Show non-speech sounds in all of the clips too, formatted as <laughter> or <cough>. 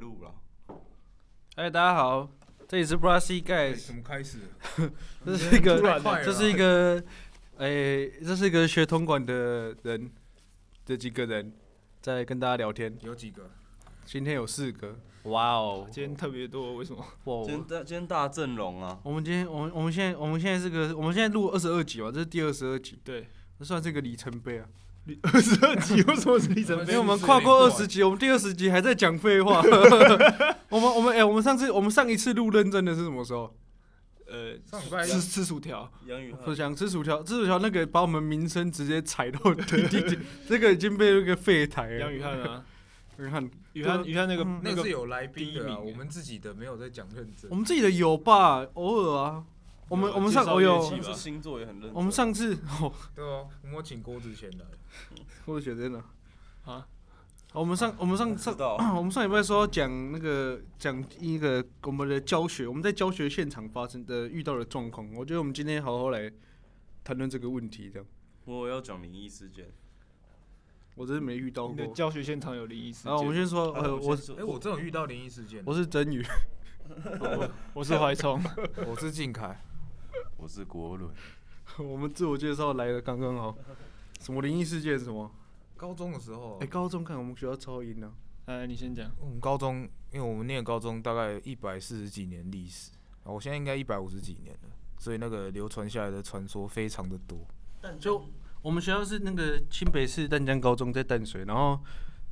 嗨，哎大家好，这里是 Brassy 哎 Guys，怎么开始了？ <laughs> 这是一突个，然的这是一个，哎，这是一个学铜管的人，这几个人在跟大家聊天。有几个？今天有四个，哇哦，今天特别多，为什么？哇今天哦！大今天大阵容啊，我们今天，我们我们现在，我们现在是个，我们现在录二十二集吧，这是第二十二集， <laughs> 对，这算是个里程碑啊！二十二集为什么是里程因碑？为我们是跨过二连贯十集，我们第二十集还在讲废话。 <laughs> 我们我们哎、我们上次我们上一次录认真的是什么时候？呃，上礼拜吃吃薯条，杨宇我想吃薯条，吃薯条那个把我们名声直接踩到底底底，这个已经被那个废台了。杨宇汉啊，你看，宇汉哎对宇汉那个嗯那那个是个有来宾第一的、啊，名我们自己的没有在讲认真我。们自己的有吧，偶尔啊。我们有啊我们上介绍我乐器有，吧是星座也很认真。我们上次 <laughs> 哦，对哦，我们有请郭子贤来。我觉得呢，啊，我们上我们上上 <coughs> 知道我们上礼拜说要讲那个讲一个我们的教学，我们在教学现场发生的遇到的状况，我觉得我们今天好好来谈论这个问题。这样，我要讲灵异事件。我真的没遇到你过的。教学现场有灵异事件。然后我们先说，呃，我是哎、我这种遇到灵异事件，我是真 <laughs> 宇，哦我是怀聪，我是靖凯，哎我是国伦， <laughs> 我们自我介绍来的刚刚好。什么灵异事件？什么？高中的时候啊、哎、高中看我们学校超阴啊！哎，你先讲。我们高中，因为我们念高中大概一百四十几年历史，啊我现在应该一百五十几年了，所以那个流传下来的传说非常的多。就我们学校是那个清北市淡江高中在淡水，然后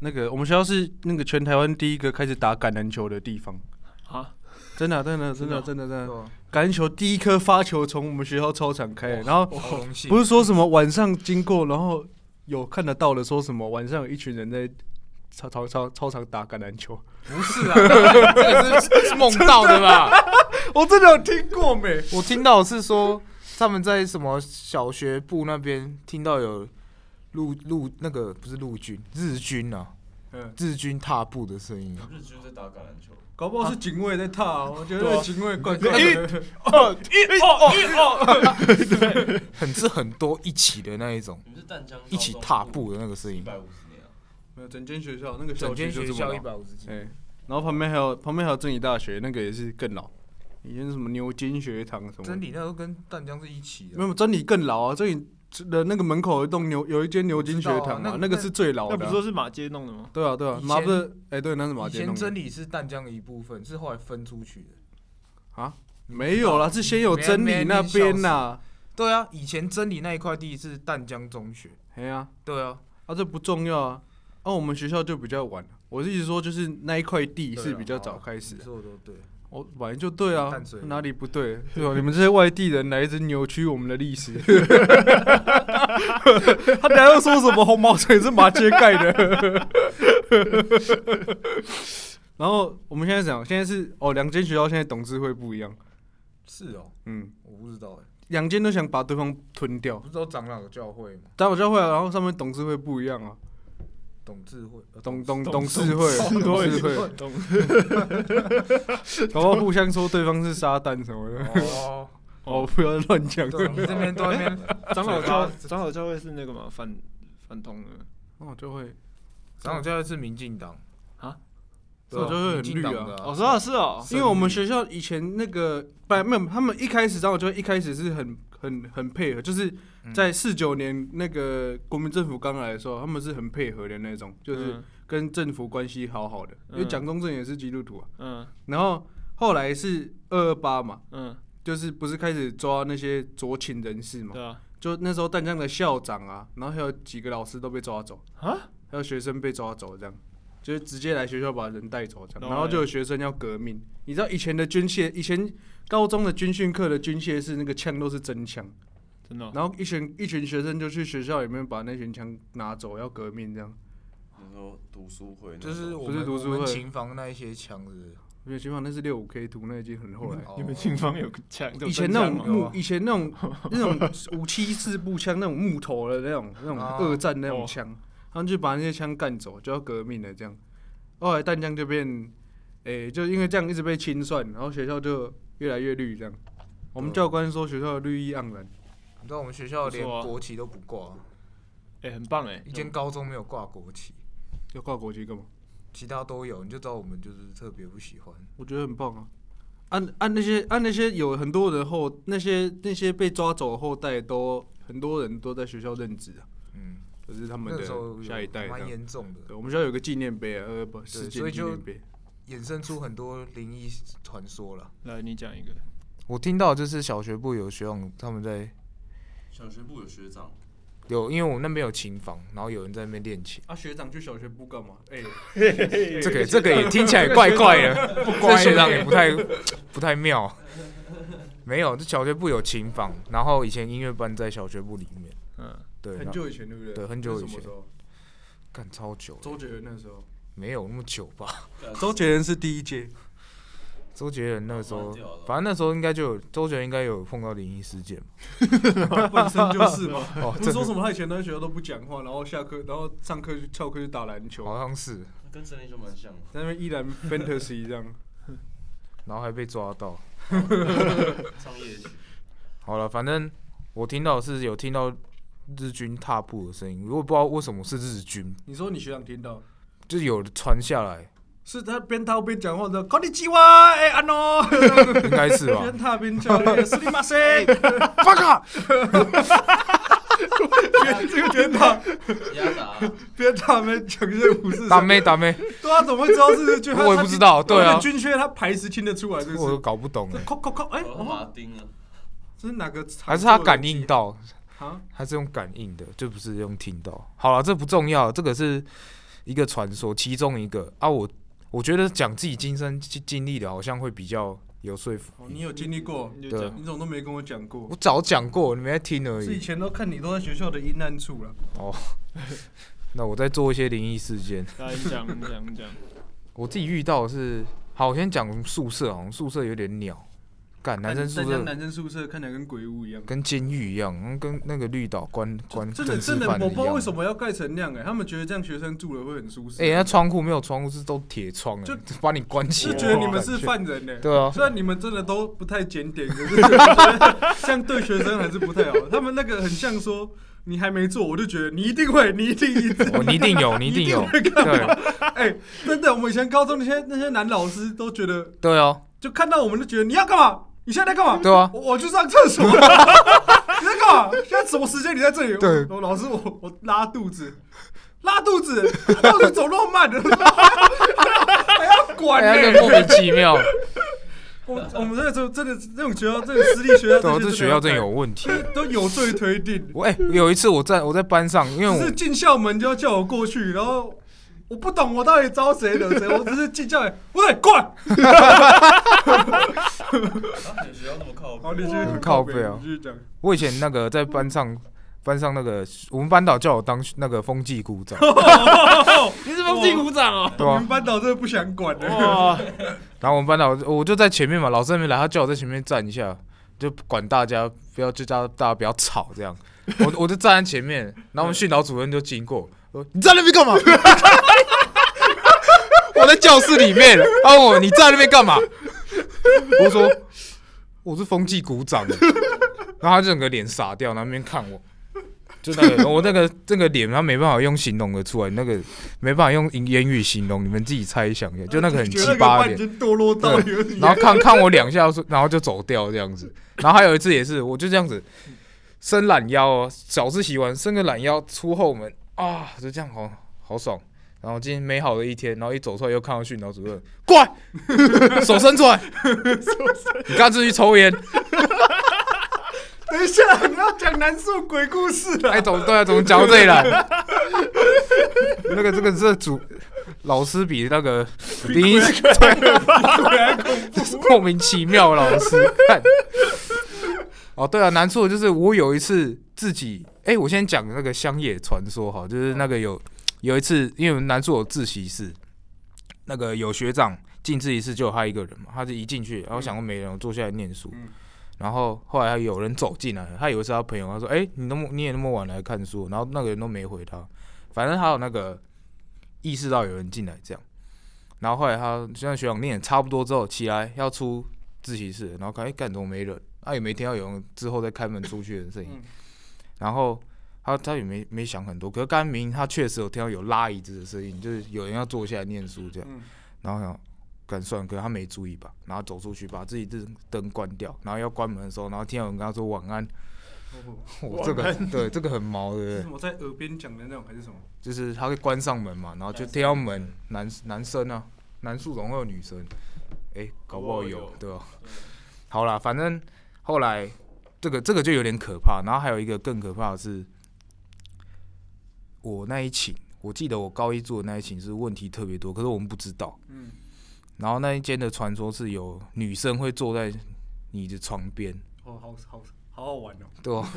那个我们学校是那个全台湾第一个开始打橄榄球的地方，啊，真的啊、真的啊、真的啊、真真的啊真的啊。啊，橄榄球第一颗发球从我们学校操场开的，然后好荣幸不。是说什么晚上经过，然后有看得到的，说什么晚上有一群人在操操操操场打橄榄球，不是啊， <laughs> 这个是梦到的吧？我哦真的有听过没？我听到是说他们在什么小学部那边听到有陆陆那个不是陆军日军啊，嗯，日军踏步的声音啊。日军在打橄榄球，搞不好是警卫在踏、哦我觉对得啊警卫怪怪一哎的。哦一哦一哦，很是很多一起的那一 <laughs> 种，你们是淡江一起踏步的那个声一音。百五十年啊， <laughs> 没有，整间学校那个校整区间就学这么校老一百五十几哎、，然后旁边还有旁边还有正理大学，那个也是更老，以前是什么牛津学堂什么的，真理那都跟淡江是一起没的。有真理更老啊，真理的那个门口有一栋牛有一间牛津学我知道堂啊嘛，那那个是最老那的不啊、是说是马街弄的吗？对啊对啊，以前妈不是哎、对，那是马以街前弄的真理是淡江的一部分，是后来分出去的。啊，没有啦，是先有真理那边呐、对啊，以前真理那一块地是淡江中学。哎呀对啊，啊这不重要啊，啊我们学校就比较晚，我是一直说就是那一块地对啊是比较早好啊开始你的，说的都对。我、本来就对啊淡水，哪里不对？ <laughs> 对啊吧、你们这些外地人来一直扭曲我们的历史。 <laughs> 他等下又说什么红毛水是马街盖的？ <laughs> 然后我们现在讲，现在是哦，两间学校现在董事会不一样，是哦，嗯，我不知道哎，两间都想把对方吞掉我，不知道长老教会嘛，打我教会啊，然后上面董事会不一样啊，董智慧，呃董董董事会，啊董董事事会，懂然后互相说对方是撒旦什么的，哦，哦，不要乱讲。 <laughs> 对啊，你这边都在那边， <laughs> 长老教长老教会是那个嘛反反同的，那我哦就会，长老教会是民进党啊，对长啊老教会很民进党绿啊的哦，是啊是哦，因为我们学校以前那个本来没有，他们一开始张我就一开始是很很很配合，就是嗯在四九年那个国民政府刚来的时候，他们是很配合的那种，就是嗯跟政府关系好好的，因为嗯蒋中正也是基督徒啊。嗯然后后来是二二八嘛，嗯，就是不是开始抓那些左倾人士嘛对，啊就那时候淡江的校长啊，然后还有几个老师都被抓走，啊，还有学生被抓走，这样就是直接来学校把人带走，这样，然后然后就有学生要革命。你知道以前的军械，以前高中的军训课的军械是那个枪都是真枪，真的哦，然后一群一群学生就去学校里面把那群枪拿走，要革命这样。你说读书会那种，就是我不是们读书我们会琴房那一些枪是哦没有，起码那是六五 K 图，那已经很后来。不你是们军方有枪，哦以前那种真枪哦吗哦木，以前那种那种五七四步枪，那种木头的那种那种啊二战那种哦枪，他们就把那些枪干走，就要革命了这样。后来淡江就变，诶、就因为这样一直被清算，然后学校就越来越绿这样。我们对教官说学校的绿意盎然，你知道我们学校连不错啊国旗都不挂，哎，很棒哎，一间高中没有挂国旗，要挂国旗干嘛？其他都有，你就知道我们就是特别不喜欢。我觉得很棒啊。按按那些按那些有很多人后那些那些被抓走的后代都很多人都在学校任职啊，嗯，就是他们那的时候有下一代这蛮样。严重的，对，我们学校有个纪念碑啊，呃不，事所件以纪就念碑。衍生出很多灵异传说了。来，你讲一个。我听到就是小学部有学长他们在小学部有学长，有，因为我们那边有琴房，然后有人在那边练琴。啊，学长去小学部干嘛？哎、这个这个也听起来怪怪 <laughs> 的，这学长也不太不太妙。没有，这小学部有琴房，然后以前音乐班在小学部里面，嗯，对，很那久以前对不对？对很久以前那是什么时候？干超久了，周杰伦那时候。没有那么久吧？周杰伦是第一 <laughs> 届，周杰伦那时候蛮屌的，反正那时候应该就有周杰伦应该有碰到灵异事件嘛。本身就是嘛。 <laughs> 哦，不这是说什么他以前在学校都不讲话，然后下课，然后上课就翘课去打篮球，好像是，他跟陈立兄蛮像的。在那边依然 fantasy 这样。 <laughs> 然后还被抓到。唱夜曲，好了，反正我听到是有听到日军踏步的声音，我也不知道为什么是日军，你说你学长听到，就是有传下来，是他边踏边讲话的，高你鸡哇，哎安诺，应该是吧？ <laughs> 边踏边叫，哎斯里马塞， <laughs> 八嘎， <laughs> 边踏压打，啊边踏边讲这五四打三，妹打妹，对啊，怎么会知道是日军？他我也不知道他对啊他那个军靴他牌子听得出来，就我都是。搞不懂 <laughs> 哎、这扣扣扣， <laughs> 哎，我马哦丁啊，这是哪个？还是他感应到，啊？他是用感应的，就不是用听到。好了，这不重要，这个是一个传说，其中一个啊。我我觉得讲自己亲身经经历的，好像会比较有说服哦，力。你有经历过？你就对讲你怎么都没跟我讲过我？早讲过，你没在听而是以已。前都看你都在学校的阴暗处了。那我在做一些灵异事件，来，你讲，你讲，你讲。我自己遇到的是，好，我先讲宿舍啊，我们宿舍有点鸟，干男生宿但像舍男生宿舍看起来跟鬼屋一样。跟监狱一样，嗯跟那个绿岛关关真的政真治的，犯我不知道为一什样。么要盖成那样哎、他们觉得这样学生住了会很舒适。哎、那窗户没有窗户是都铁窗、欸，就就 <laughs> 把你关起是来。觉得你们是犯人呢、欸 <laughs> 对啊，虽然你们真的都不太检点，可 <laughs> 是我觉得这样对学生还是不太好。他们那个很像说你还没做，我就觉得你一定会，你一定一定。我你一定有，你一 <laughs> 定有，对哎、真的，我们以前高中那些那些男老师都觉得，对哦，就看到我们就觉得你要干嘛？你现在在干嘛？对啊我我去上厕 <laughs> 所。你在干嘛？现在什么时间你在这里？对我老师我我拉肚子，拉肚子，拉肚子走那么慢的，还要管哎呀，呢、这莫名 <laughs> 其妙，我我们那个时候真的那种学校，这种私立学校，对啊，这些学校的真的要有问题。改都有罪推定，我哎、有一次我在我在班上，因为只我是进校门就要叫我过去，然后。我不懂我到底招谁惹谁，我只是进校门，不对，过来。啊，你们学校那么靠好，北哦你继续很靠背啊你继续讲。我以前那个在班上。班上那个，我们班导叫我当那个风纪股 <laughs> 长， <laughs> 你是风纪股长哦？对啊你们班导真的不想管的。 <laughs> 哇，然后我们班导我就在前面嘛，老师还没来，他叫我在前面站一下，就管大家不要，就叫大家不要吵这样。我我就站在前面，然后我们训导主任就经过，说你站那边干嘛？ <laughs> 我在教室里面，他问我你站那边干嘛？我说我是风纪股长的，然后他整个脸傻掉，然后那边看我。就那个，我那个这个脸，他没办法用形容的出来，那个没办法用言语形容，你们自己猜想一下，就那个很鸡觉得那巴个的班已脸，经堕落到有你然后看看我两下，然后就走掉这样子。然后还有一次也是，我就这样子伸懒腰哦，早自习完伸个懒腰出后门啊，就这样好好爽。然后今天美好的一天，然后一走出来又看到训导主任，过来，手伸出来，你刚出去抽烟，等一下，你要讲南宋鬼故事了。哎，怎么对啊？怎么讲到这里 <laughs> 来？那个这个这主老师比那个林一莫名其妙啊老师看。哦，对啊，难处就是我有一次自己，哎、我先讲那个乡野传说哈，就是那个有有一次，因为我们南处有自习室，那个有学长进自习室就有他一个人嘛，他就一进去，然后想说没人，我坐下来念书，嗯然后后来有人走进来了，他以为是他朋友，他说，哎、你那么你也那么晚来看书，然后那个人都没回他，反正他有那个意识到有人进来这样，然后后来他就像学长念得差不多之后起来要出自习室，然后看哎干怎么没人，啊也没听到有人之后再开门出去的声音，嗯然后他他也没没想很多，可是刚才明明他确实有听到有拉椅子的声音，就是有人要坐下来念书这样，嗯然后想敢算，可是他没注意吧，然后走出去把自己灯灯关掉，然后要关门的时候，然后听到有人跟他说晚安，哦我、这个对这个很毛，对不是对什？么在耳边讲的那种还是什么？就是他会关上门嘛，然后就听到门男男生啊，男宿总会有女生，哎、搞不好有搞不好有对吧、对好啦，反正后来这个这个就有点可怕，然后还有一个更可怕的是，我那一寝，我记得我高一住的那一寝是问题特别多，可是我们不知道，嗯，然后那一间的传说是有女生会坐在你的床边，哦，好好好好玩哦，对吧、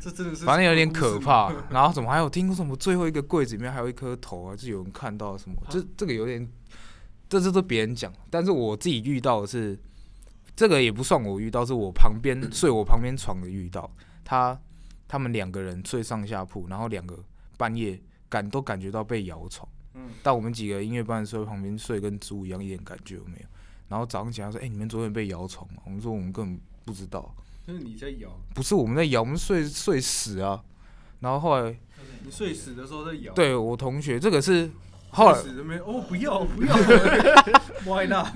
这真的是反正有点可怕鬼故事。然后怎么还有听过什么最后一个柜子里面还有一颗头啊？就有人看到什么？啊这这个有点，这这都别人讲，但是我自己遇到的是，这个也不算我遇到，是我旁边睡我旁边床的遇到他，他们两个人睡上下铺，然后两个半夜感都感觉到被摇床。嗯但我们几个音乐班的时候，旁边睡跟猪一样，一点感觉都没有。然后早上起来他说：“哎、你们昨天被摇床吗？”我们说：“我们根本不知道。”就是你在摇，不是我们在摇，我们睡睡死啊。然后后来，你睡死的时候在摇。，对我同学这个是后来死的没哦，不要不要，Why not？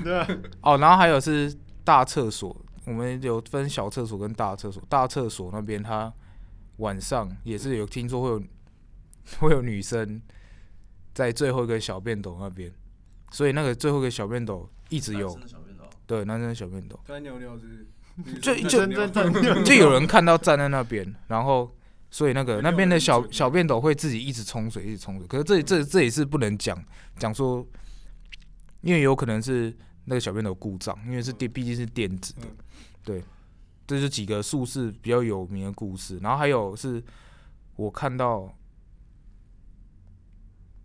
哦，然后还有是大厕所，我们有分小厕所跟大厕所。大厕所那边他晚上也是有听说会有 <laughs> 会有女生在最后一个小便斗那边，所以那个最后一个小便斗一直有男生的小便斗，对男生的小便斗，在尿尿是不是？就女生就在尿就 <laughs> 就有人看到站在那边，然后所以那个没有那边的人嗯小准小便斗会自己一直冲水，一直冲水。可是这这这也是不能讲讲说，因为有可能是那个小便斗故障，因为是电，毕竟是电子的嗯。对，这是几个术士比较有名的故事。然后还有是我看到，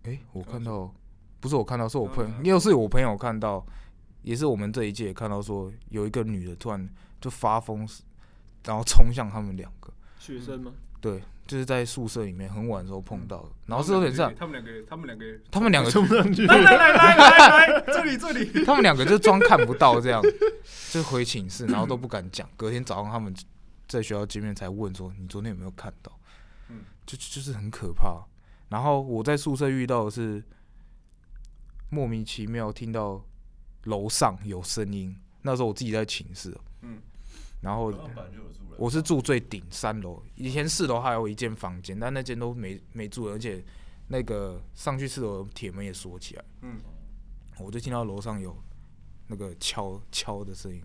诶，我看到不是我看到，是我朋友嗯，嗯又是我朋友看到，也是我们这一届看到说有一个女的突然就发疯，然后冲向他们两个。学生吗？对，就是在宿舍里面很晚的时候碰到的，然后是他有们点这样，他们两个，他们两个，他们两个，冲上去，来来来来来来，这里这里，他们两个就装看不到这样，就回寝室，然后都不敢讲。隔天早上他们在学校见面才问说：“你昨天有没有看到？”嗯就就就是很可怕。然后我在宿舍遇到的是莫名其妙听到楼上有声音，那时候我自己在寝室，哦嗯然后他们本来就有住人。我是住最顶三楼，以前四楼还有一间房间，但那间都没没住人，而且那个上去四楼的铁门也锁起来，嗯，我就听到楼上有那个敲敲的声音，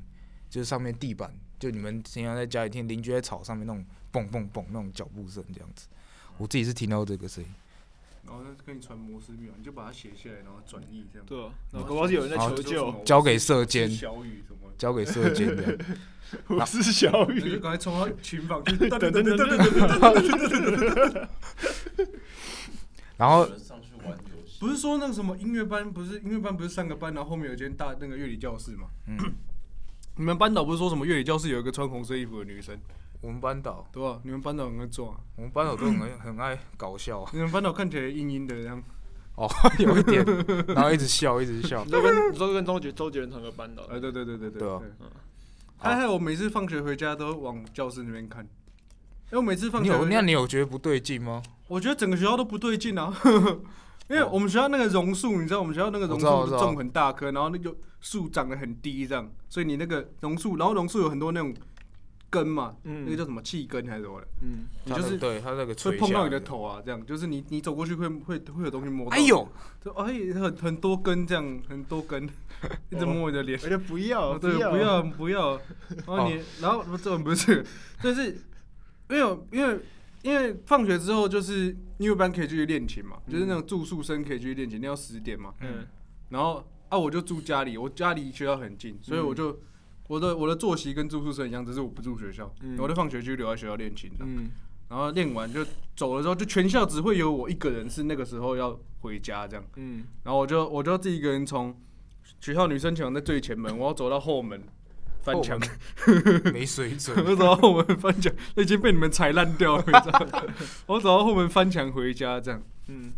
就是上面地板，就你们平常在家里听邻居在吵上面那种蹦蹦蹦那种脚步声这样子，我自己是听到这个声音，然后就跟你传摩斯密码，你就把它写下来，然后转译这样。对啊，然后搞不好是有人在求救。交给射尖监，小雨什么的，交给射监这样。我是小你就雨，赶快冲到群房去，噔噔等噔等噔等噔等噔。然后有人上去玩游戏，不是说那个什么音乐班，不是音乐班，不是上个班，然后后面有间大那个乐理教室嘛？你们班导不是说什么乐理教室有一个穿红色衣服的女生，我们班导，对吧？你们班导很会做、啊，我们班导都很爱很爱搞笑你们班导看起来阴阴的这样，哦， <laughs> 有一点，然后一直笑一直笑你。都跟你都跟周杰周杰伦同个班的，呃，对对对对对对啊嗯还还有我每次放学回家都往教室那边看，因为我每次放你学有回那家，你有觉得不对劲吗？我觉得整个学校都不对劲啊。 <laughs> 因为我们学校那个榕树，你知道我们学校那个榕哦我知道我树知就道种很大棵，然后那个树长得很低这样，所以你那个榕树，然后榕树有很多那种根嘛，嗯那个叫什么气根还是什么的，嗯，你就是对他那个会吹碰到你下来的，头啊，这样就是你你走过去会会会有东西摸到。哎呦，，就哎很很多根这样，很多根， <laughs> 一哦直摸你的脸。我就哦不要，哎对，不要不要。 <laughs> 然后你，然后不是不是，就是因为我因为因为放学之后就是音乐班可以继续练琴嘛，就是那种住宿生可以继续练琴，练到十点嘛。嗯，然后啊，我就住家里，我家离学校很近，所以我嗯就。我的我的作息跟住宿生一样，只是我不住学校，嗯我就放学就留在学校练琴这样嗯，然后练完就走了之后，就全校只会有我一个人是那个时候要回家这样。嗯，然后我就我就自己一个人从学校女生墙的最前门，我要走到后门翻墙，哦没水准。 <laughs> 我走到后门翻墙，那已经被你们踩烂掉了，你知道吗？我走到后门翻墙回家这样，嗯，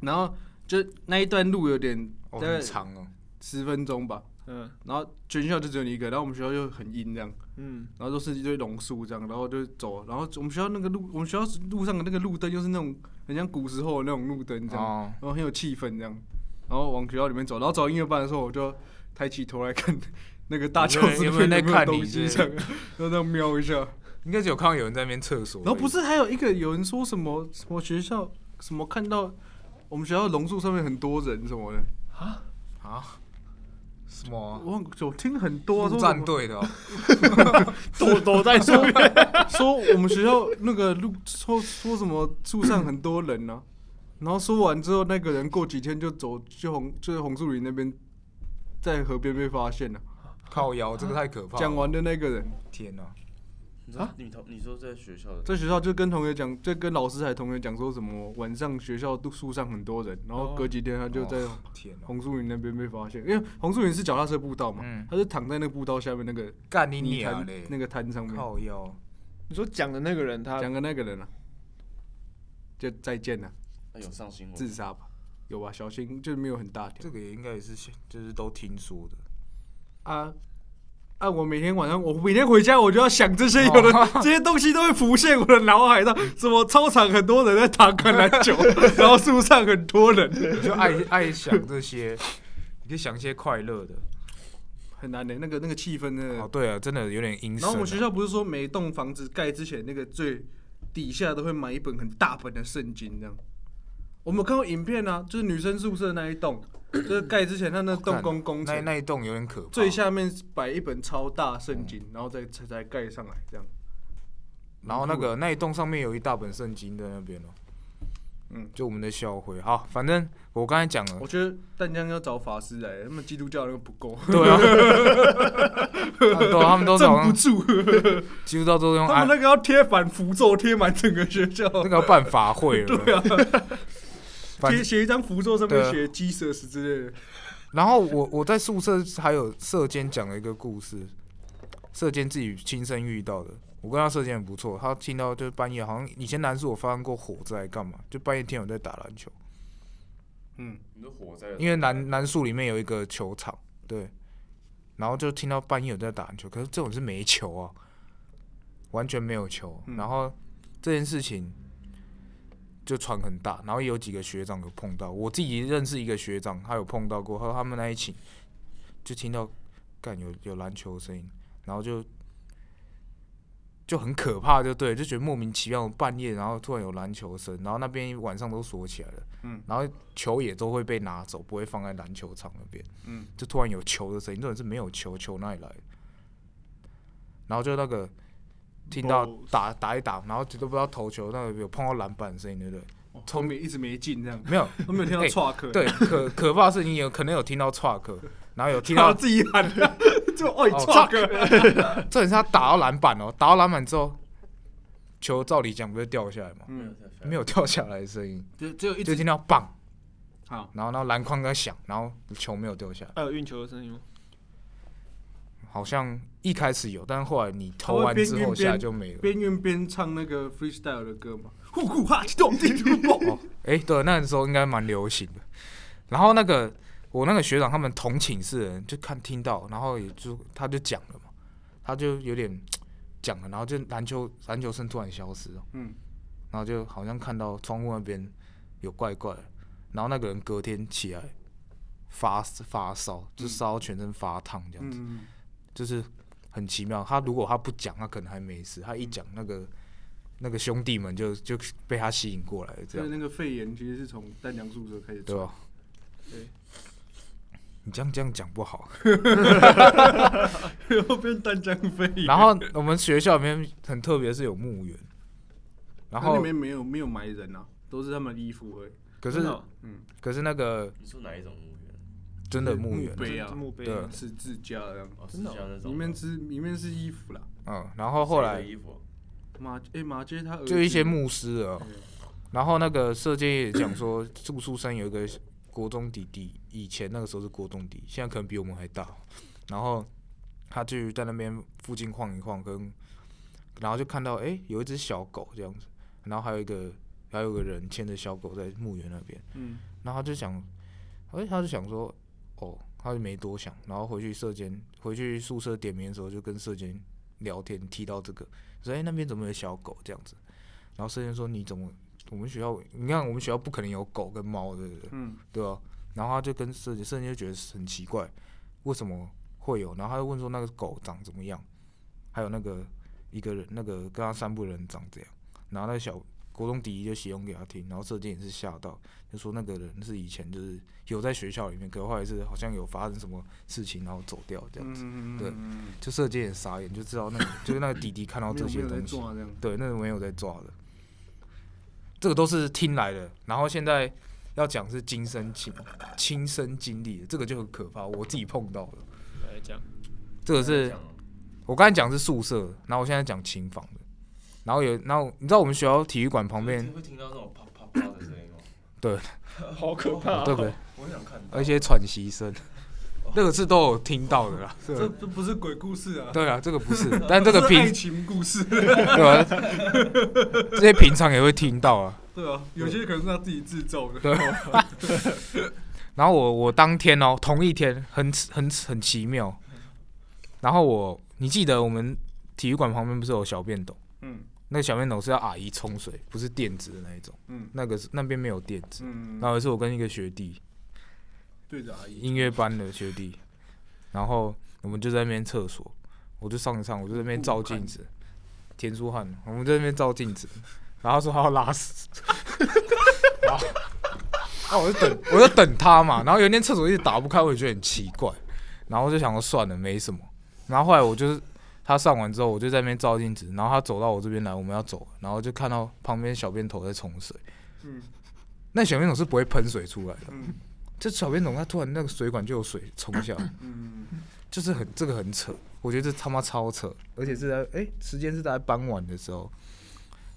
然后就那一段路有点哦，大概很长哦，十分钟吧，嗯然后全校就只有你一个，然后我们学校就很阴这样，嗯，然后都是一堆榕树这样，然后就走，然后我们学校那个路，我们学校路上的那个路灯又是那种很像古时候的那种路灯这样，哦，然后很有气氛这样，然后往学校里面走，然后走到音乐班的时候，我就抬起头来看 <laughs> 那个大教室里有没有面人在有没看有你东西之这样，然后这样瞄一下。应该只有看到有人在那边厕所而已。然后不是还有一个有人说什么什么学校什么看到我们学校榕树上面很多人什么的，啊？什么啊？我忘我听很多啊陆说什战么 <laughs> 队的哦，躲躲在树边，说我们学校那个路说说什么树上很多人呢、然后说完之后，那个人过几天就走去红就是红树林那边，在河边被发现了、靠腰，这个太可怕了。讲完的那个人天哪！你知啊道你同你说在学校的，在学校就跟同学讲，就跟老师还同学讲说什么晚上学校都树上很多人，然后隔几天他就在哦天哪！红树林那边被发现，因为红树林是脚踏车步道嘛，嗯他就躺在那个步道下面那个干你泥娘滩嘞！那个滩上面，靠腰，你说讲的那个人他讲个那个人啊，就再见了。哦那有上新自闻，杀吧，有吧？小心就是没有很大条这个也应该也是就是都听说的。 <laughs> 啊啊！我每天晚上，我每天回家我就要想这哦些，有的、这些东西都会浮现我的脑海上。什么操场很多人在打橄榄 <laughs> 球，然后树上很多人，你就爱爱想这些，你可以想一些快乐的。很难的、那个那个气氛呢、哦，对啊，真的有点阴森啊。然后我们学校不是说每一栋房子盖之前那个最底下都会买一本很大本的圣经这样。我们有看过影片啊，就是女生宿舍那一 <coughs> 栋，就是盖之前他那动干工工那程，那一栋有点可怕。最下面摆一本超大圣嗯经，然后再才才盖上来这样。然后那个那一栋上面有一大本圣经在那边哦。嗯，就我们的校徽。好，反正我刚才讲了我，觉得淡江要找法师来，他们基督教那个不够，<laughs> 对啊，啊对啊，他们都是好镇不像住。基督教都用他安们那个要贴反符咒，贴满整个学校， <laughs> 那个要办法会了。 <laughs> 对啊，啊反贴写一张符咒，上面对啊写 Jesus 之类的。然后我我在宿舍还有舍监讲了一个故事，舍监自己亲身遇到的。我跟他舍监很不错，他听到就是半夜好像以前南苏我发生过火灾干嘛，就半夜天有在打篮球，嗯，你说火灾的时候，因为南南树里面有一个球场，对，然后就听到半夜有在打篮球，可是这种是没球啊，完全没有球。嗯然后这件事情就传很大，然后也有几个学长有碰到，我自己认识一个学长，他有碰到过，和他们那一起就听到干有有篮球的声音，然后就。就很可怕，就对，就觉得莫名其妙，半夜然后突然有篮球声，然后那边晚上都锁起来了，嗯然后球也都会被拿走，不会放在篮球场那边。嗯，就突然有球的声音，重点是没有球，球哪里来的？然后就那个听到 Balls 打打一打，然后都不知道投球，那个有碰到篮板的声音，对 <laughs> 不对？聪明一直没进这样，没有，都没有听到哎 truck， <laughs> 对，可可怕的是你有可能有听到 truck，然后有听然后到，自己喊， <laughs> 就哦哦 truck，重点是他打到篮板哦，打到篮板之后，球照理讲不是掉下来吗？嗯，没有掉下来的声音， <laughs> 只只有一就直听到棒，好，然后那篮筐在响，然后球没有掉下来，还有运球 <laughs> 的声音吗？好像一开始有，但是后来你投它会完边之运后下来边就没了。边运边唱那个 freestyle 的歌嘛，呼呼哈，咚地咚咚，哦，哎、对，那个时候应该蛮流行的。然后那个我那个学长他们同寝室的人就看听到，然后也就他就讲了嘛，他就有点讲了，然后就篮球篮球声突然消失了，嗯，然后就好像看到窗户那边有怪怪的，然后那个人隔天起来发发烧，就烧到全身发烫这样子，嗯，就是很奇妙。他如果他不讲，他可能还没事；他一讲，那个那个兄弟们就就被他吸引过来了，这所样以。那个肺炎其实是从丹江宿舍开始对啊吧？对，你这样这样讲 <laughs> 不好。然后变淡江飞。然后我们学校里面很特别，是有墓园，那然后里面没有没有埋人啊，都是他们的衣服而已。可真是的哦可是那个你说哪一种墓园？真的墓园，碑啊这墓碑对是自家的样子，哦，是真的哦像那种里面是里面是衣服啦。嗯，然后后谁来的衣服啊马哎马街他儿子就一些牧师了对，然后那个社界也讲说， <clears throat> 住宿生有一个国中弟弟，以前那个时候是国中弟，现在可能比我们还大。然后他就在那边附近晃一晃，跟然后就看到哎、诶有一只小狗这样子，然后还有一个还有个人牵着小狗在墓园那边，嗯然后他就想，哎、他就想说，哦，他就没多想，然后回去社监，回去宿舍点名的时候就跟社监聊天，提到这个，说哎、那边怎么有小狗这样子，然后社监说你怎么我们学校你看我们学校不可能有狗跟猫对不对？嗯，对啊，然后他就跟社监社监就觉得很奇怪，为什么会有？然后他就问说那个狗长怎么样，还有那个一个人那个跟他散步的人长怎样，然后那个小国中第一就形容给他听，然后社监也是吓到，就说那个人是以前就是有在学校里面，可后来是好像有发生什么事情，然后走掉这样子。嗯对嗯就社监也傻眼，就知道那个就是那个弟弟看到没有这没些有在啊东西，抓这样，对，那个没有在抓的，这个都是听来的。然后现在要讲是亲身经亲身经历的，这个就很可怕，我自己碰到的。来讲，这个这是样啊我刚才讲是宿舍，然后我现在讲琴房的，然后有然后你知道我们学校体育馆旁边会听到那种啪啪啪的声 <coughs> 音吗？好可怕、对哦！不对？我想看到，而且喘息声，那个是都有听到的啦。这哦这这不是鬼故事啊，对啊，这个不是，但这个是爱平情故事， <laughs> 对吧、这些平常也会听到啊。对啊，有些可能是他自己制造的，对然后我我当天哦，同一天，很很很奇妙。然后我，你记得我们体育馆旁边不是有小便斗？嗯那个小便斗是要阿姨冲水，不是垫子的那一种。嗯那个是那边没有垫子。然嗯，后有一次我跟一个学弟，对着阿姨，音乐班的学弟，然后我们就在那边厕所，我就上一上，我就在那边照镜子，田书汉，我们在那边照镜子，然后他说他要拉屎，然后，那我就等，我就等他嘛，然后有一天厕所一直打不开，我也觉得很奇怪，然后我就想说算了，没什么，然后后来我就是。他上完之后，我就在那边照镜子，然后他走到我这边来，我们要走，然后就看到旁边小便头在冲水，嗯那小便桶是不会喷水出来的，嗯这小便桶它突然那个水管就有水冲下来，嗯，就是很这个很扯，我觉得这他妈超扯，而且是在哎、时间是在傍晚的时候，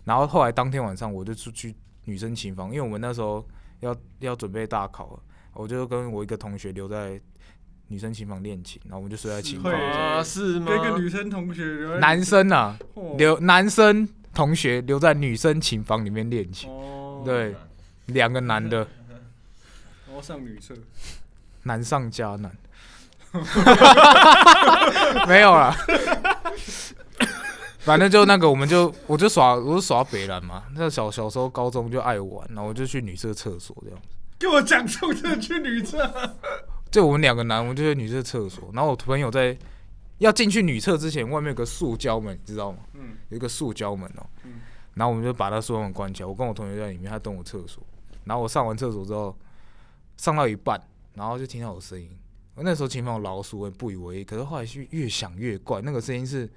然后后来当天晚上我就出去女生琴房，因为我们那时候要要准备大考了，我就跟我一个同学留在女生琴房练琴，然后我们就睡在琴对房是，啊，是吗？跟一个女生同学留在男生啊哦留男生同学留在女生琴房里面练琴，哦，对，两个男的然后上女厕，难上加难，没有啦，反正就那个，我们就我就耍我就耍北兰嘛。那小小时候高中就爱玩，然后我就去女厕厕所这样。给我讲中正去女厕，就我们两个男，我们就去女厕厕所。然后我朋友在要进去女厕之前，外面有个塑胶门，你知道吗？嗯有一个塑胶门哦、嗯然后我们就把那塑胶门关起来。我跟我同学在里面，他等我厕所。然后我上完厕所之后，上到一半，然后就听到有声音。我那时候前面有老鼠，我也不以为意。可是后来是越想越怪，那个声音是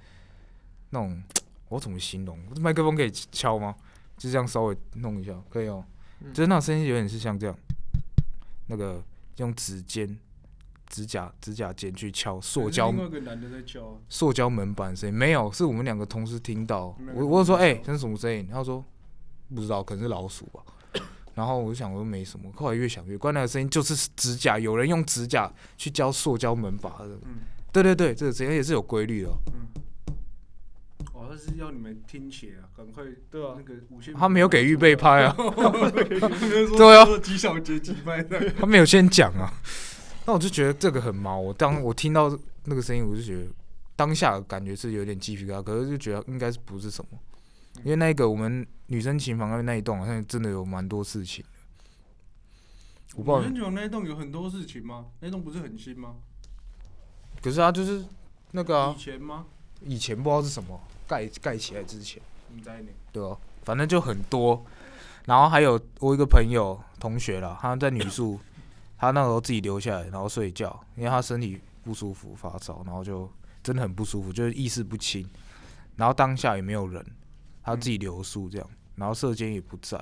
那种我怎么形容？麦克风可以敲吗？就这样稍微弄一下，可以哦。嗯就是那种声音有点是像这样，那个用指尖、指甲、指甲尖去敲塑胶还是另外一个男的在教啊，塑胶门板的声音，没有，是我们两个同时听到你们。两我个我就说，同时哎、听到这是什么声音？他说不知道，可能是老鼠吧。 <coughs> 然后我就想说没什么，后来越想越怪，那个声音就是指甲，有人用指甲去敲塑胶门把的。 <laughs> 嗯对对对，这个声音也是有规律的哦，哦，他是要你们听写啊，赶快对啊那，个无线，他没有给预备拍啊，对对啊，几小节几拍的， <laughs> 他没有先讲啊。那我就觉得这个很毛，我当我听到那个声音，我就觉得当下感觉是有点鸡皮疙瘩，可是就觉得应该是不是什么，因为那个我们女生琴房那一栋好像真的有蛮多事情的，我不你知道们，那一栋有很多事情吗？那一栋不是很新吗？可是他就是那个、啊以、前吗？以前不知道是什么盖盖起来之前，你在呢？对哦，反正就很多，然后还有我一个朋友同学啦，他在女宿，他那时候自己留下来，然后睡觉，因为他身体不舒服发烧，然后就真的很不舒服，就是意识不清，然后当下也没有人，他自己留宿这样，然后舍监也不在，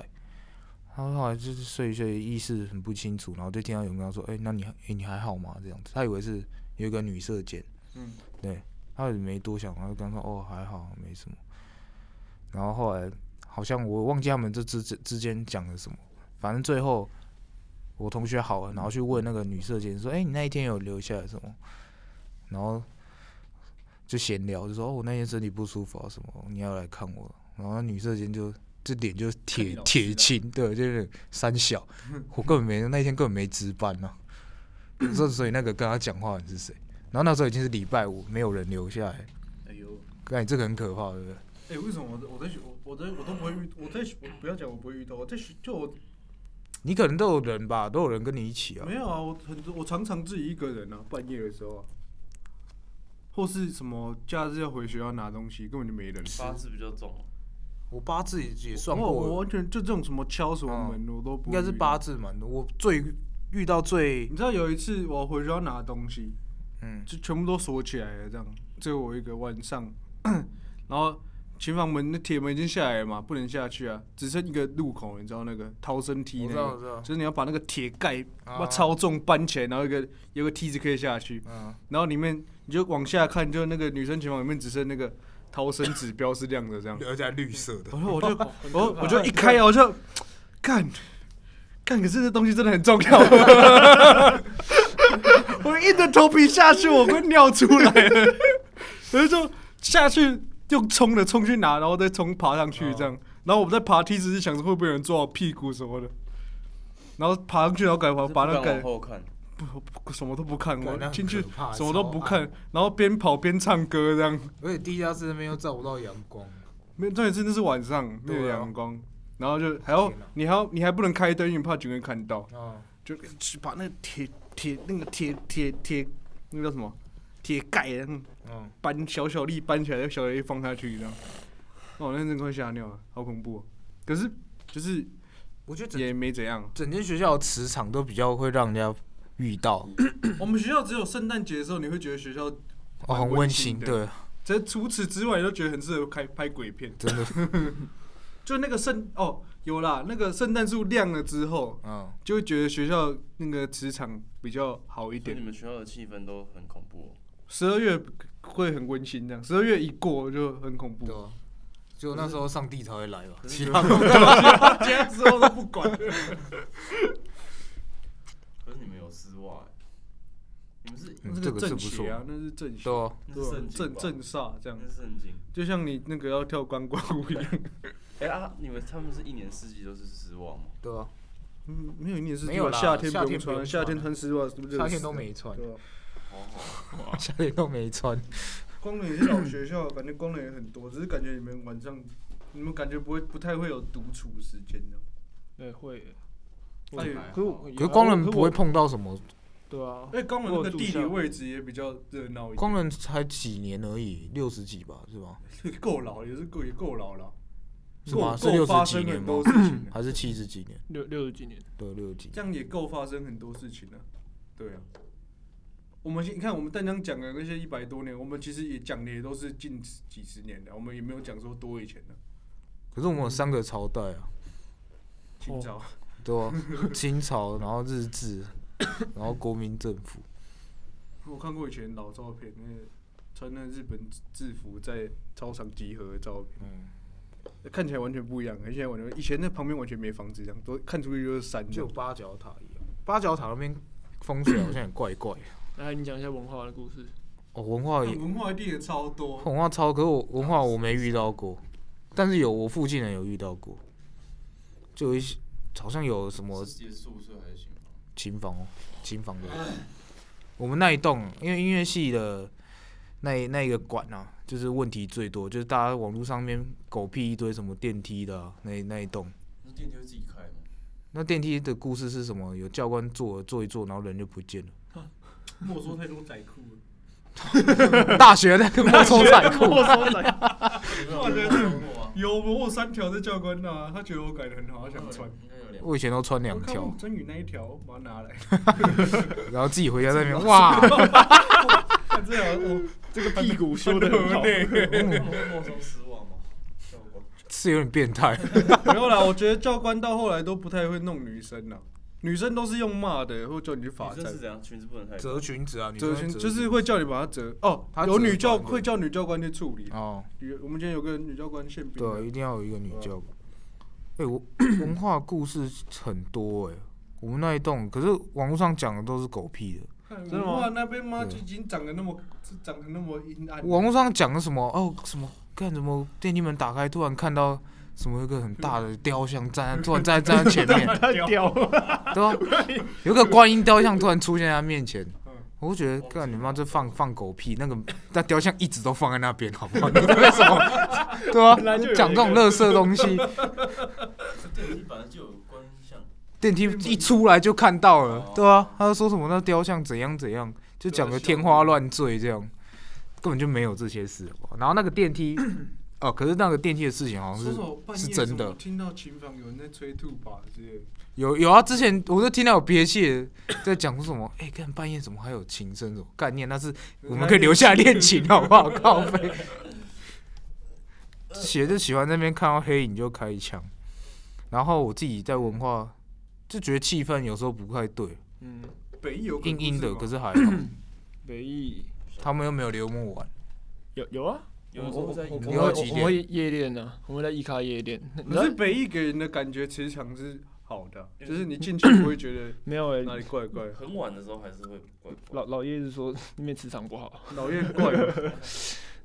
他后来就是睡一睡，意识很不清楚，然后就听到有人跟他说：“哎、那你还、哎你还好吗？”这样子，他以为是有一个女舍监，嗯，对，他也没多想，他就跟他说：“哦，还好，没什么。”然后后来好像我忘记他们这之之之间讲了什么，反正最后我同学好了，然后去问那个女舍监说：“哎、你那一天有留下来什么？”然后就闲聊，就说：“哦，我那天身体不舒服啊，什么你要来看我。”然后那女舍监就这脸就铁你老师铁啊青，对，就是三小，我根本没那天根本没值班呢、这啊所以那个跟他讲话的人是谁？然后那时候已经是礼拜五，没有人留下来，哎呦，哎，这个很可怕，对不对？哎、为什么我我在学我我在我都不会遇我在学我不要讲我不会遇到我在学就我你可能都有人吧，都有人跟你一起啊。没有啊，我很多我常常自己一个人啊，半夜的时候啊，或是什么假日要回学校拿东西，根本就没人。八字比较重，啊我八字也也算我我过，嗯完全就这种什么敲什么门，我都不会应该是遇到八。字嘛。我最遇到最你知道有一次我回学校拿东西，嗯就全部都锁起来了，这样只有我一个晚上， <clears throat> 然后琴房门那铁门已经下来了嘛，不能下去啊，只剩一个路口，你知道那个逃生梯我那知道我知道个，就是你要把那个铁盖啊把超重搬起来，然后一个有个梯子可以下去，嗯，然后里面你就往下看，就那个女生琴房里面只剩那个逃生指标是亮的这样，而且还绿色的然 <laughs> 后我就我我就一开啊，我就干干，可是这东西真的很 <laughs> 重要，我硬着头皮下去，我快尿出来了，我就说下去用冲的冲去拿，然后再冲爬上哦去这样，然后我们在爬梯子是想着会不会有人坐我屁股什么的，然后爬上去然后赶快把那不个敢往盖后看，不不什么都不看，干那我很进去可怕什么都超不暗看，然后边跑边唱歌这样。而且地下室那边又照不到阳光，没有，重点是那是晚上，没有对啊阳光，然后就还要天哪你还要你还不能开灯，因为怕警卫看到，啊，就去把那个铁铁那个铁铁铁那个叫什么铁盖嗯嗯，搬小小力搬起来，小小力放下去这样。哦，那真的快吓尿了，好恐怖、哦。可是就是我觉得整也没怎样。整间学校的磁场都比较会让人家遇到，我们学校只有圣诞节的时候，你会觉得学校，哦，蛮很温温馨馨，的对， <laughs> 这除此之外，都觉得很适合拍拍鬼片。真的，就那个圣哦，有啦，那个圣诞树亮了之后，嗯，就会觉得学校那个磁场比较好所一以你点。们学校的气氛都很恐怖、哦。十二月会很温馨，这样十二月一过就很恐怖 <laughs> 对。啊，就那时候上帝才会来吧，可其是他其他时候都不 <laughs> 管。可是你们有丝袜、欸，你们是嗯那个这个是正不错邪啊，那是正邪，对啊，那对是啊圣经正吧正煞这样那，是圣经。就像你那个要跳钢管舞一样。 <laughs> 哎、啊，你们他们是一年四季都是丝袜吗？对啊，嗯，没有一年是没有只啦夏天夏不用天不穿，用夏穿天穿丝袜是不是？夏天都。没穿，对啊，好好，夏天都没 <laughs> 穿，光磊是老学校，感觉光磊也很多，只是感觉你们晚上，你们感觉不会不太会有独处时间的。对，会。哎会可可我可是光人不会。有啊我碰到什么，对啊因，为光磊哎那个我住地理校位置也比较热闹一点。光人才几年而已，六十几吧，是吧？够老 <laughs> 也是够也够老了，是够吗？是够六发十几生年很吗多？事情 <coughs> 了，还是七十几年？六六十几年，对，六十几这样也够发生很多事情了。对啊，我们先你看我们淡江讲的那些一百多年，我们其实也讲的也都是近十几十年的，我们也没有讲说多以前的可是我们有三个朝代啊，清朝。对啊，清朝，然后日治，然后国民政府，我看过以前老照片，那个穿那日本制服在操场集合的照片，嗯，看起来完全不一样。而且完全以前那旁边完全没房子，这样都看出去就是山。就有八角塔一样，八角塔那边风水好像也怪怪的来你讲一下文化的故 <laughs> 事。哦，文化也文化一定也超多，文化超，可是我文化我没遇到过，但是有我附近人有遇到过，就有一些好像有什么是也是宿舍还是行吗？琴房哦，琴房的。我们那一栋，因为音乐系的那那一个馆啊，就是问题最多，就是大家网络上面狗屁一堆什么电梯的啊、那那一栋。那电梯会自己开吗？那电梯的故事是什么？有教官坐坐一坐，然后人就不见了。莫说太多仔裤了。 <laughs> 大学那个没收仔裤，你们有看过 <laughs> 吗？有，我有三条在教官那、他觉得我改的很好，他想穿。应该有两我以前都穿两我看条过，真宇那一条，我把它拿来。然后自己回家在那 <laughs> 边哇，看这条，哦，这个屁股修的很好。个。他们 <laughs> 会没收丝袜吗？教官是有点变态。没有啦。我觉得教官到后来都不太会弄女生啦，女生都是用骂的，或叫你去罚女生站是。怎样？裙子不能太短。 <laughs> 折裙子啊，你折裙裙就是会叫你把它折哦他，折有女教反正会叫女教官去处理。哦，女我们今天有个女教官宪兵啊，对，一定要有一个女教官。哎、我 <clears throat> 文化故事很多哎、我们那一栋，可是网络上讲的都是狗屁的。看真的吗哇那边妈对就已经长得那么长得那么阴暗。网络上讲的什么哦，什么干什么电梯门打开，突然看到什么有一个很大的雕像站在突然站在站在前面， <laughs> 太屌了！对啊，有一个观音雕像突然出现在他面前嗯，我就觉得干你妈这放放狗屁！那个那雕像一直都放在那边，好不好？你为什么？ <laughs> 对啊本来就有，讲这种垃圾东西，电梯本来就有观像，电梯一出来就看到了哦，对啊，他就说什么那雕像怎样怎样，就讲的天花乱坠这样，根本就没有这些事。好不好然后那个电梯，哦，可是那个电梯的事情好像说是什么半夜是真什么的听到琴房有人在吹吐吧之类的，有有啊，之前我就听到有憋气的在讲说什么，哎、干半夜怎么还有琴声？什么概念？那是我们可以留下来练琴，好不好？靠背，写就喜欢那边看到黑影就开枪，然后我自己在文化就觉得气氛有时候不太对，嗯，北艺有鬼硬故硬事的，吗可是还好，北艺他们又没有留我们玩，有有啊，有的时候在我影你要们几我点们会夜练呢、啊，我们会在艺咖夜练。你知道可是北艺给人的感觉磁场是好的，啊就是你进去不会觉得没有哎、哪里怪怪的，很晚的时候还是会怪怪老老叶是说那边磁场不好，老院怪了。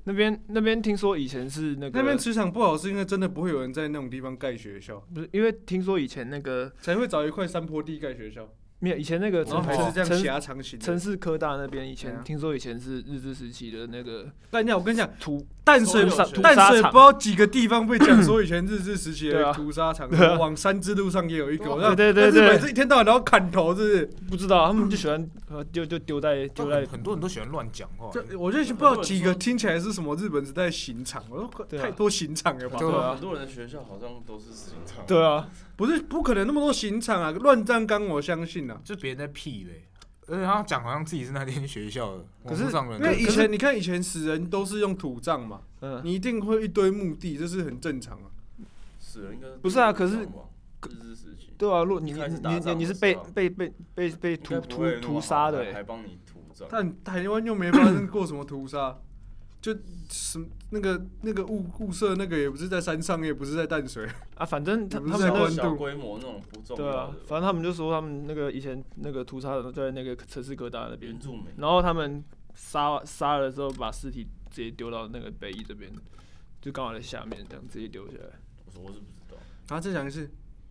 那边那边听说以前是那个那边磁场不好是因为真的不会有人在那种地方盖学校，不是因为听说以前那个才会找一块山坡地盖学校，没有以前那个然后城还是这样城狭长型城的。市科大那边以对前啊听说以前是日治时期的那个但我跟你讲，土，淡水所有学淡屠杀水场不知道几个地方被讲说以前日治时期对的啊屠杀场，对啊往三支路上也有一个。对啊我知道对那对对日本对是一天到晚然后砍头，是不知道他们就喜欢呃丢就丢在丢在 <laughs> 很很多人都喜欢乱讲话不，是？就我认识不知道几个听起来是什么日本时代刑场，我说对啊太多刑场了吧？对啊很多人的学校好像都是死刑场。对啊，不是不可能那么多刑场啊，乱葬岗我相信啊。就别人在屁嘞，而且他讲好像自己是那间学校的，可是网络上人因为以可是前你看以前死人都是用土葬嘛，嗯，你一定会一堆墓地，这是很正常啊。死人应该不是啊可是日治时期对啊，如果你一你开始打你你仗你的是时被候被被被被应该屠不会那屠么屠好杀的还欸，还帮你屠葬。但台湾又没发生过什么屠杀，就什么那个那个雾雾社那个也不是在山上，也不是在淡水， <laughs> 啊，反正他你不他是们在那关个渡小规模那种不重对要啊的，反正他们就说他们那个以前那个屠杀的都在那个城市科大那边原，住民。然后他们杀杀了之后，把尸体直接丢到那个北翼这边，就刚好在下面这样直接丢下来，我说我是不知道，然后再讲一次，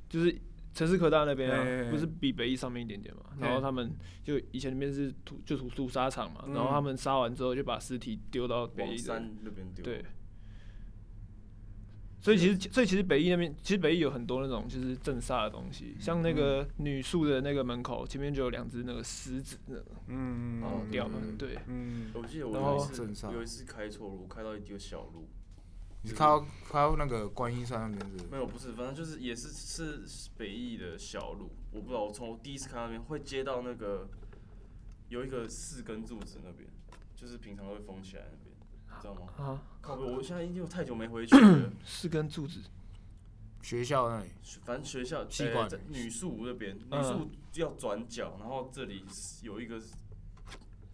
就是城市科大那边哎哎哎啊，不是比北翼上面一点点嘛，哎然后他们就以前那边是屠就屠屠杀场嘛，嗯然后他们杀完之后就把尸体丢到北往翼这边山那边丢。对。所以其实，所以其实北艺那边，其实北艺有很多那种就是镇煞的东西，嗯像那个女宿的那个门口前面就有两只那个狮子，那种嗯，然后哦掉了嗯，对，嗯，我记得我然后有一次镇上有一次开错路，开到一丢小路，你看到看到那个观音山那边是没有不是，反正就是也是是北艺的小路，我不知道，我从我第一次看到那边会接到那个有一个四根柱子那边，就是平常都会封起来那边，你知道吗？啊，，靠北，我现在已经有太久没回去了 <clears throat> 是根柱子，学校那里。反正学校习呃惯在了女宿那边，女嗯宿要转角，然后这里有一个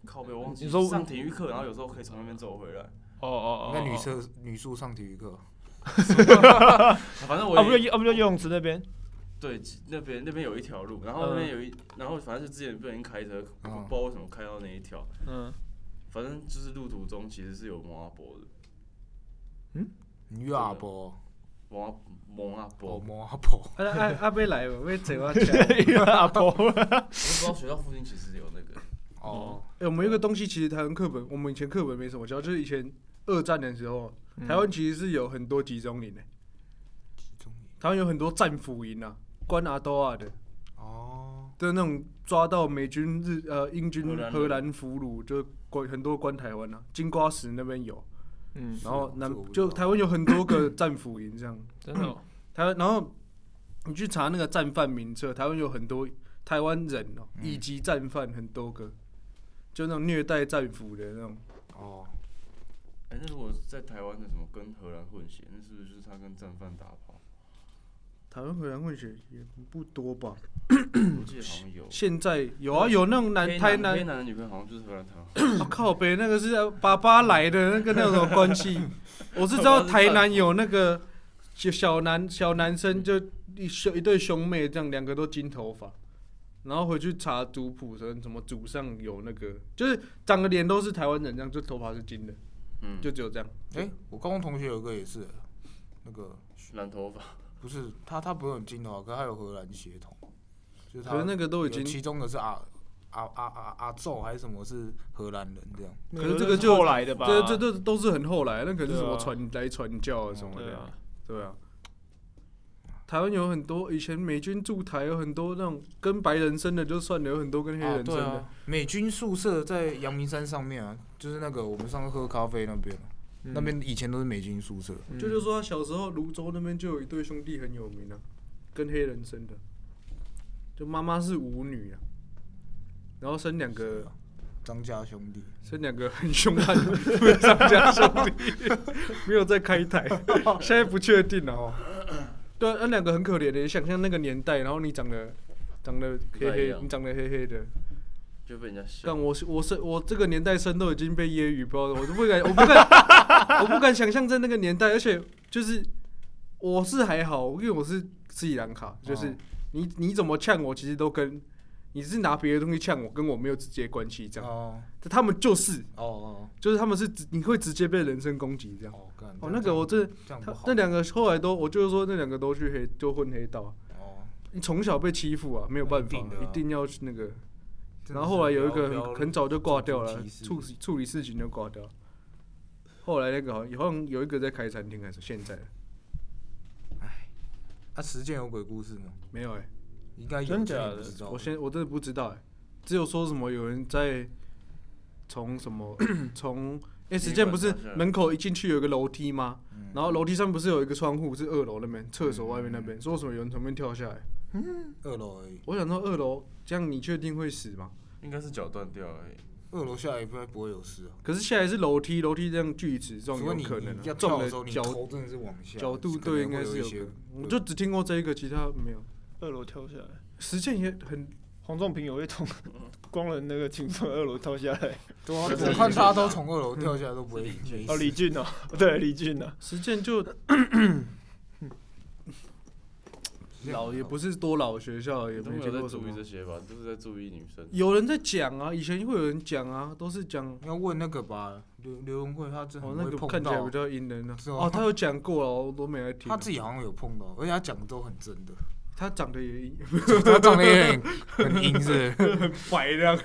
靠北，我忘记你说上体育课，然后有时候可以从那边走回来，啊 <clears throat> 哦哦哦，那女哦厕女宿上体育课，反正我啊，也不就啊不就游泳池那边，对，其那边那边有一条路，然后那嗯边有一，然后反正就之前不小心开车，不嗯哦不知道为什么开到那一条， <laughs> 嗯，反正就是路途中其实是有摩阿波的，你约阿伯，摩阿摩阿波，哦我我摸阿伯，阿阿阿贝来了，被嘴巴讲。哎 <laughs> 阿婆，不知道学校附近其实有那个，哦，欸我们有一个东西，其实台湾课本，我们以前课本没什么教，就是以前二战的时候，嗯嗯台湾其实是有很多集中营的，集中营，台湾有很多战俘营啊，关阿多啊的，哦，就那种抓到美军日呃英荷军兰人荷兰俘虏，就关很多关台湾啊，金瓜石那边有。嗯，啊然后南这个我不知就道台湾有很多个战俘营这样，真的哦，台湾然后你去查那个战犯名册，台湾有很多台湾人哦、嗯以及战犯很多个，就那种虐待战俘的那种，哦，哎、那如果在台湾的什么跟荷兰混血，那是不是就是他跟战犯打炮？台湾荷兰混血也不多吧？我记得好像有。现在有啊，有那种嗯南黑台男黑男南，的女朋友好像就是荷兰台湾，啊靠北那个是爸爸来的那个那有什么关 <laughs> 系？我是知道台南有那个就小男小男生就一兄一对兄妹这样，两个都金头发，然后回去查族谱，什么什么祖上有那个，就是长得脸都是台湾人这样，就头发是金的，嗯，就只有这样。哎，我高中同学有一个也是，那个染头发，不是他，他不是有金头发，可是他有荷兰血统，就是他可是那个都已有经其中的是阿阿阿阿阿宙还是什么是荷兰人这样，嗯可是这那个就后来的吧？这这这都是很后来，那可能是什么对啊传来传教啊什么对的，啊，对啊。台湾有很多以前美军驻台有很多那种跟白人生的就算了，有很多跟黑啊人生哦对的啊，美军宿舍在阳明山上面啊，就是那个我们上次喝咖啡那边啊、嗯那边以前都是美军宿舍，嗯就是说他小时候泸州那边就有一对兄弟很有名啊，跟黑人生的，就妈妈是舞女啊，然后生两个啊张家兄弟，生两个很凶悍的 <laughs> 张家兄弟，没有在开台，现在不确定了哦。对啊，那两个很可怜的，你想象那个年代，然后你长得长得黑不太一黑，样你长得黑黑的，就被人家笑但。我是我是我这个年代生都已经被揶揄，不知道我都不敢，我不敢，我不敢想象在那个年代，而且就是我是还好，因为我是斯里兰卡，就是哦你你怎么呛我，其实都跟你是拿别的东西呛我，跟我没有直接关系，这样，哦但他们就是哦哦就是他们是直你会直接被人身攻击这样。哦，干哦，那个我真的这样不他好那两个后来都，我就是说那两个都去黑，就混黑道啊，哦，你从小被欺负啊，没有办法，一定的啊一定要去那个。真的是然后后来有一个不要很很早就挂掉种了族歧，视处处理事情就挂掉。后来那个好像好像有一个在开餐厅还是现在啊，实践有鬼故事吗？没有哎、应该有，真只是假你不的知道我现我真的不知道哎、只有说什么有人在从什 <coughs> 么从哎，旅时间馆不是爬下来门口一进去有一个楼梯吗？嗯然后楼梯上不是有一个窗户是二楼那边厕所外面那嗯边，说什么有人从那边跳下来？二楼而已，我想到二楼这样你确定会死吗？应该是脚断掉而已。二楼下来应该不会有事啊。可是下来是楼梯，楼梯这样锯齿撞如果有你可能、啊你要，撞跳的了时候，你脚头真的是往下，角度可能对应该会是有有一些嗯可能。我就只听过这一个，其他没有。二楼跳下来，嗯实践也很黄仲平有一桶 <laughs> 光人那个请从二楼跳下来，对啊，我看大家都从二楼跳下来都不会没哦，李事。俊哦，对，李 <laughs> 俊哦，实践就老也不是多老的学校，哦也你都没没有见在过什注意这么。些吧？都是在注意女生。有人在讲啊，以前会有人讲啊，都是讲要问那个吧，刘刘文慧，他真的哦很那会个碰看起来到比，较啊阴人啊。是吗哦，他有讲过了，我都没来听他。自己好像有碰到，而且他讲的都很真 <laughs> 的，他长得也他长得也很很阴 <laughs> 是不是，白亮，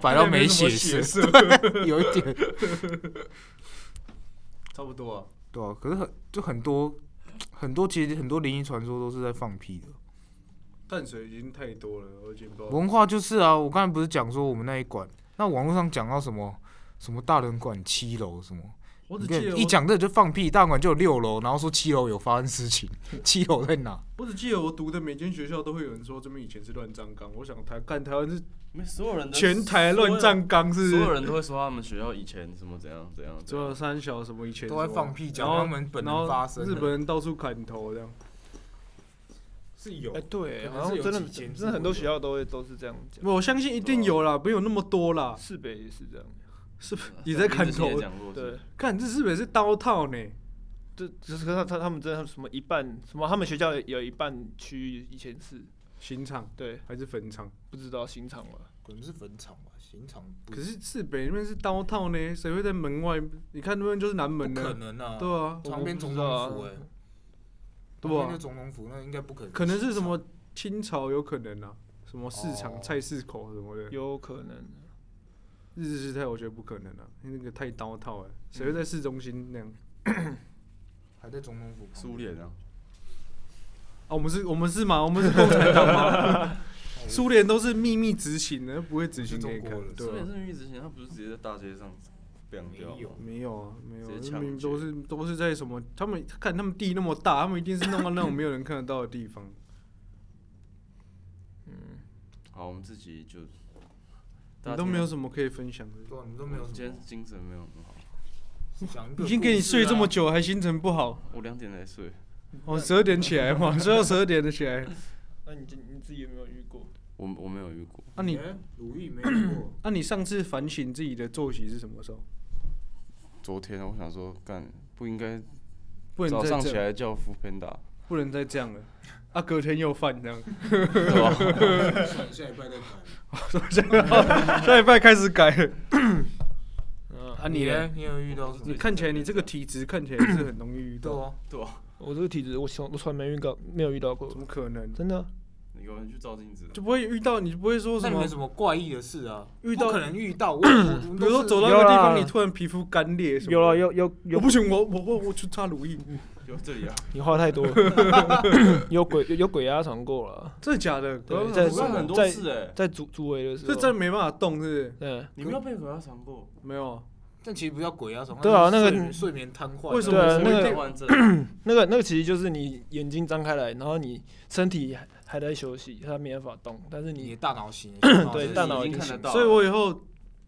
摆到没没什么血血色， <laughs> 有一点。差不多啊。对啊，可是很就很多很多其实很多灵异传说都是在放屁的。淡水已经太多了，我已经不知道。文化就是啊，我刚才不是讲说我们那一馆，那网络上讲到什么什么大人馆七楼什么，我只你记得我看一讲这个就放屁，大人馆就有六楼，然后说七楼有发生 <laughs> 事情，七楼在哪？我只记得我读的每间学校都会有人说这边以前是乱葬岗，我想台干台湾是没，所有人都全台乱葬岗是不所有是？人都会说他们学校以前什么怎样怎样，只有三小什么以前都在什么放屁讲然后他们本然后人发生的日本人到处砍头这样，是有哎，对，可能好像是有真的几间真是的很多我学校都会都是这样讲，啊我相信一定有啦，没有那么多啦，市北也是这样，是不是啊也在砍头？讲过对是，。看这日本是刀套呢，这就是他他他们真的什么一半什么，他们学校有一半区域以前是刑场对，还是坟场？嗯不知道新厂了，可能是坟场吧，刑场不可是市北那边是刀套呢，谁会在门外？你看那边就是南不门可呢，能啊，对啊，旁边总我不统府知哎、道啊对啊旁边就总统府那应该不可能，可能是什么清朝有可能啊，什么市场哦菜市口什么的，有可能。日式太我觉得不可能啊，那个太刀套嗯了，谁会在市中心那样？还在总统府旁边苏联啊，啊，我们是，我们是嘛，我们是共产党 <laughs> 嘛。哎苏联都是秘密执行的，不会执行那我是中国个人，啊苏对联吧？是秘密执行，他不是直接在大街上 bang 掉没有吗？没有啊，没有，直接明抢明劫都是都是在什么？他们看他们地那么大，他们一定是弄到那种没有人看得到的地方。嗯好，我们自己就 <laughs> 大家你都没有什么可以分享的，对啊，你都听没到我有什今么天精神没有很好，讲一个已经给你故事睡这啊么久，还心情不好。我两点才睡，我十二点起 <laughs> 来嘛，睡到十二点的起来。那你自你自己有没有遇过？我我没有遇过，那啊你，哎鲁豫没遇 <coughs> 过那你上次反省自己的作息是什么时候？昨天我想说干不应该不能早再上这起样，来叫 f o o Panda，不能再这样了。啊，隔天又犯这样， <laughs> 对啊吧？下下礼拜再改。下礼拜开始改了。嗯，啊，啊你嘞？呢？你有遇到什么？你看起来你这个体质看起来是很容易遇对到，啊，我这个体质，我从我从来没遇到，没有遇到过怎，么可能？真的啊、 <laughs> 有人去照镜子，就不会遇到，你就不会说那什你么们，什么怪异的事啊？遇到不可能遇到，我我比比如说走到一个地方，你突然皮肤干裂什么的？有了，有有我有不，行，我我我我去擦乳液，有这 <laughs> 里啊，你话太多了， <laughs> 有鬼有有鬼压床过了，真的假的？对我刚在刚我想看说很多在次哎，在主主围的时是候，真的没办法动，是不是？嗯，你们要被鬼压床过？没有啊，但其实不叫鬼啊什么，对是啊那个睡眠睡眠瘫痪，为什对啊么？那个我有个患症，那个那个其实就是你眼睛张开来，然后你身体还还在休息，它没办法动，但是你的你大脑 <clears throat> 醒，对大脑已经看得醒到，所以我以后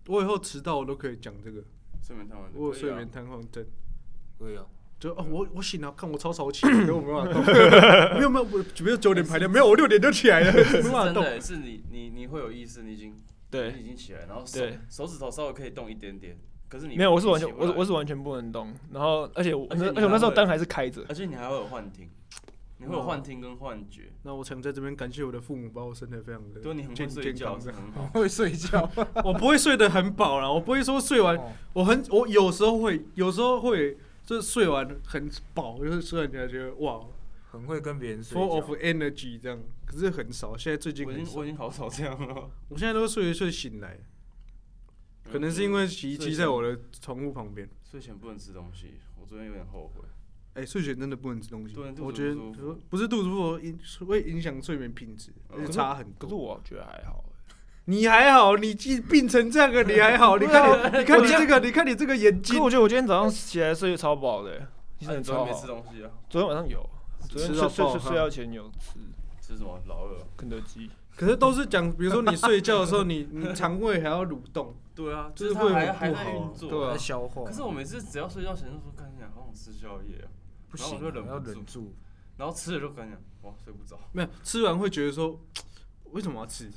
我以后迟到我都可以讲这个，睡眠瘫痪症，我有可以啊睡眠瘫痪症。对啊，就哦，我我醒了，看我超早起，可我没办法动。没有没有，我比如九点排练，没有我六点就起来了，没是办法真动的。欸，是你你你会有意识，你已经你对已经起来，然后手对手指头稍微可以动一点点，可是你没有，我是完起全不我来是我是完全不能动，然后而且我而且那你而且我那时还候会灯还是开着，而且你还会有幻听，你会有幻听跟幻觉，那我想在这边感谢我的父母，把我生得非常的对，你很会健睡健觉康是。很 <laughs> 好。会睡觉，我不会睡得很饱啦，我不会说睡完，哦我很我有时候会，有时候会就是睡完很饱，就是睡完起来觉得哇很会跟别人睡，full of 觉。 energy 这样，可是很少。现在最近我很已经少，我已经好少这样了，我现在都是睡一睡醒来，可能是因为洗衣机在我的床铺旁边。睡前不能吃东西，我昨天有点后悔。哎、睡前真的不能吃东西对肚，子我觉得不舒服不是肚子不舒服，哦影会影响睡眠品质，嗯而且差很可是多。我觉得还好，你还好，你既病成这个，你还好，你 <laughs> 看你，你看你我这这个，你看你这个眼其实睛我，觉得我今天早上起来睡得超饱的、精啊神你昨超天没吃好。东西啊？昨天晚上有，昨天吃睡到睡爆睡哈睡觉前有吃吃什么老二啊？肯德基， <laughs> 可是都是讲，比如说你睡觉的时候，你你肠胃还要蠕动，对啊，就就是是会它还很还在不好啊运作。对啊在消化，可是我每次只要睡觉前就说，看起来好想吃宵夜啊，不然后行我就忍啊，不要住忍住。然后吃了就感觉哇睡不着。没有吃完会觉得说，为什么要吃？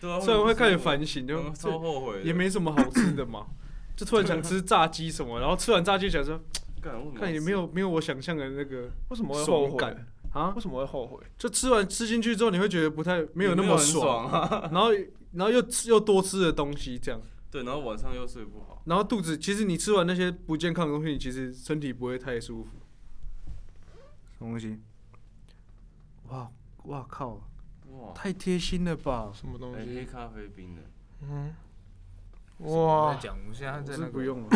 对啊，虽然会开始反，反省，就嗯超后悔的，也没什么好吃的 <laughs> 嘛，就突然想吃炸鸡什么，然后吃完炸鸡想说，干，为什么看也要没有没有我想象的那个为什么会后爽悔？感啊，为什么会后悔？就吃完吃进去之后，你会觉得不太没没有那么很爽爽，啊。 <laughs> 然后然后又吃又多吃的东西这样，对，然后晚上又睡不好。然后肚子其实你吃完那些不健康的东西，你其实身体不会太舒服。什么东西？哇哇靠！哇，太贴心了吧！什么东哎黑西？咖啡冰的，嗯，我在哇，讲，我们现在我在是那不个，用了。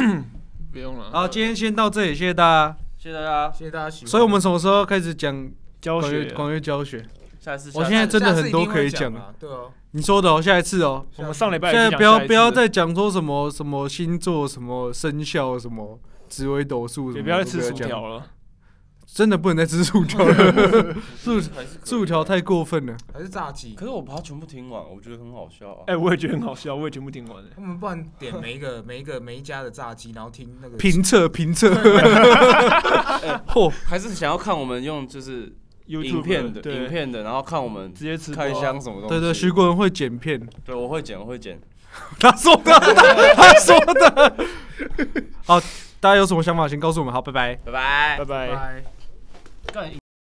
不用了。好，今天先到这里，谢谢大家。谢谢大家，谢谢大家喜欢。所以我们什么时候开始讲教广乐学，广乐教学？下次我下现在次真的下次很多一定会可以讲讲啊，对啊，你说的哦，下一次哦。我们上礼拜现在已经讲不要下一不要次了再讲说什么什么星座、什么生肖、什么紫微斗数，什么也不要再都吃薯讲条了。真的不能再吃薯条 <laughs> 了，还是还是可以薯条太过分了。还是炸鸡可。是我把它全部听完，我觉得很好笑啊。哎，我也觉得很好笑，我也全部听完了。我们不然点每一个每一个每一家的炸鸡，然后听那个评测评测，嚯，还是想要看我们用就是影 YouTube 片的对影片的，然后看我们直接吃开播啊箱什么东西。对对，徐国人会剪片，对，我会剪，我会剪。他说的，他说的。好，大家有什么想法先告诉我们，好，拜拜。拜拜。拜拜。拜。干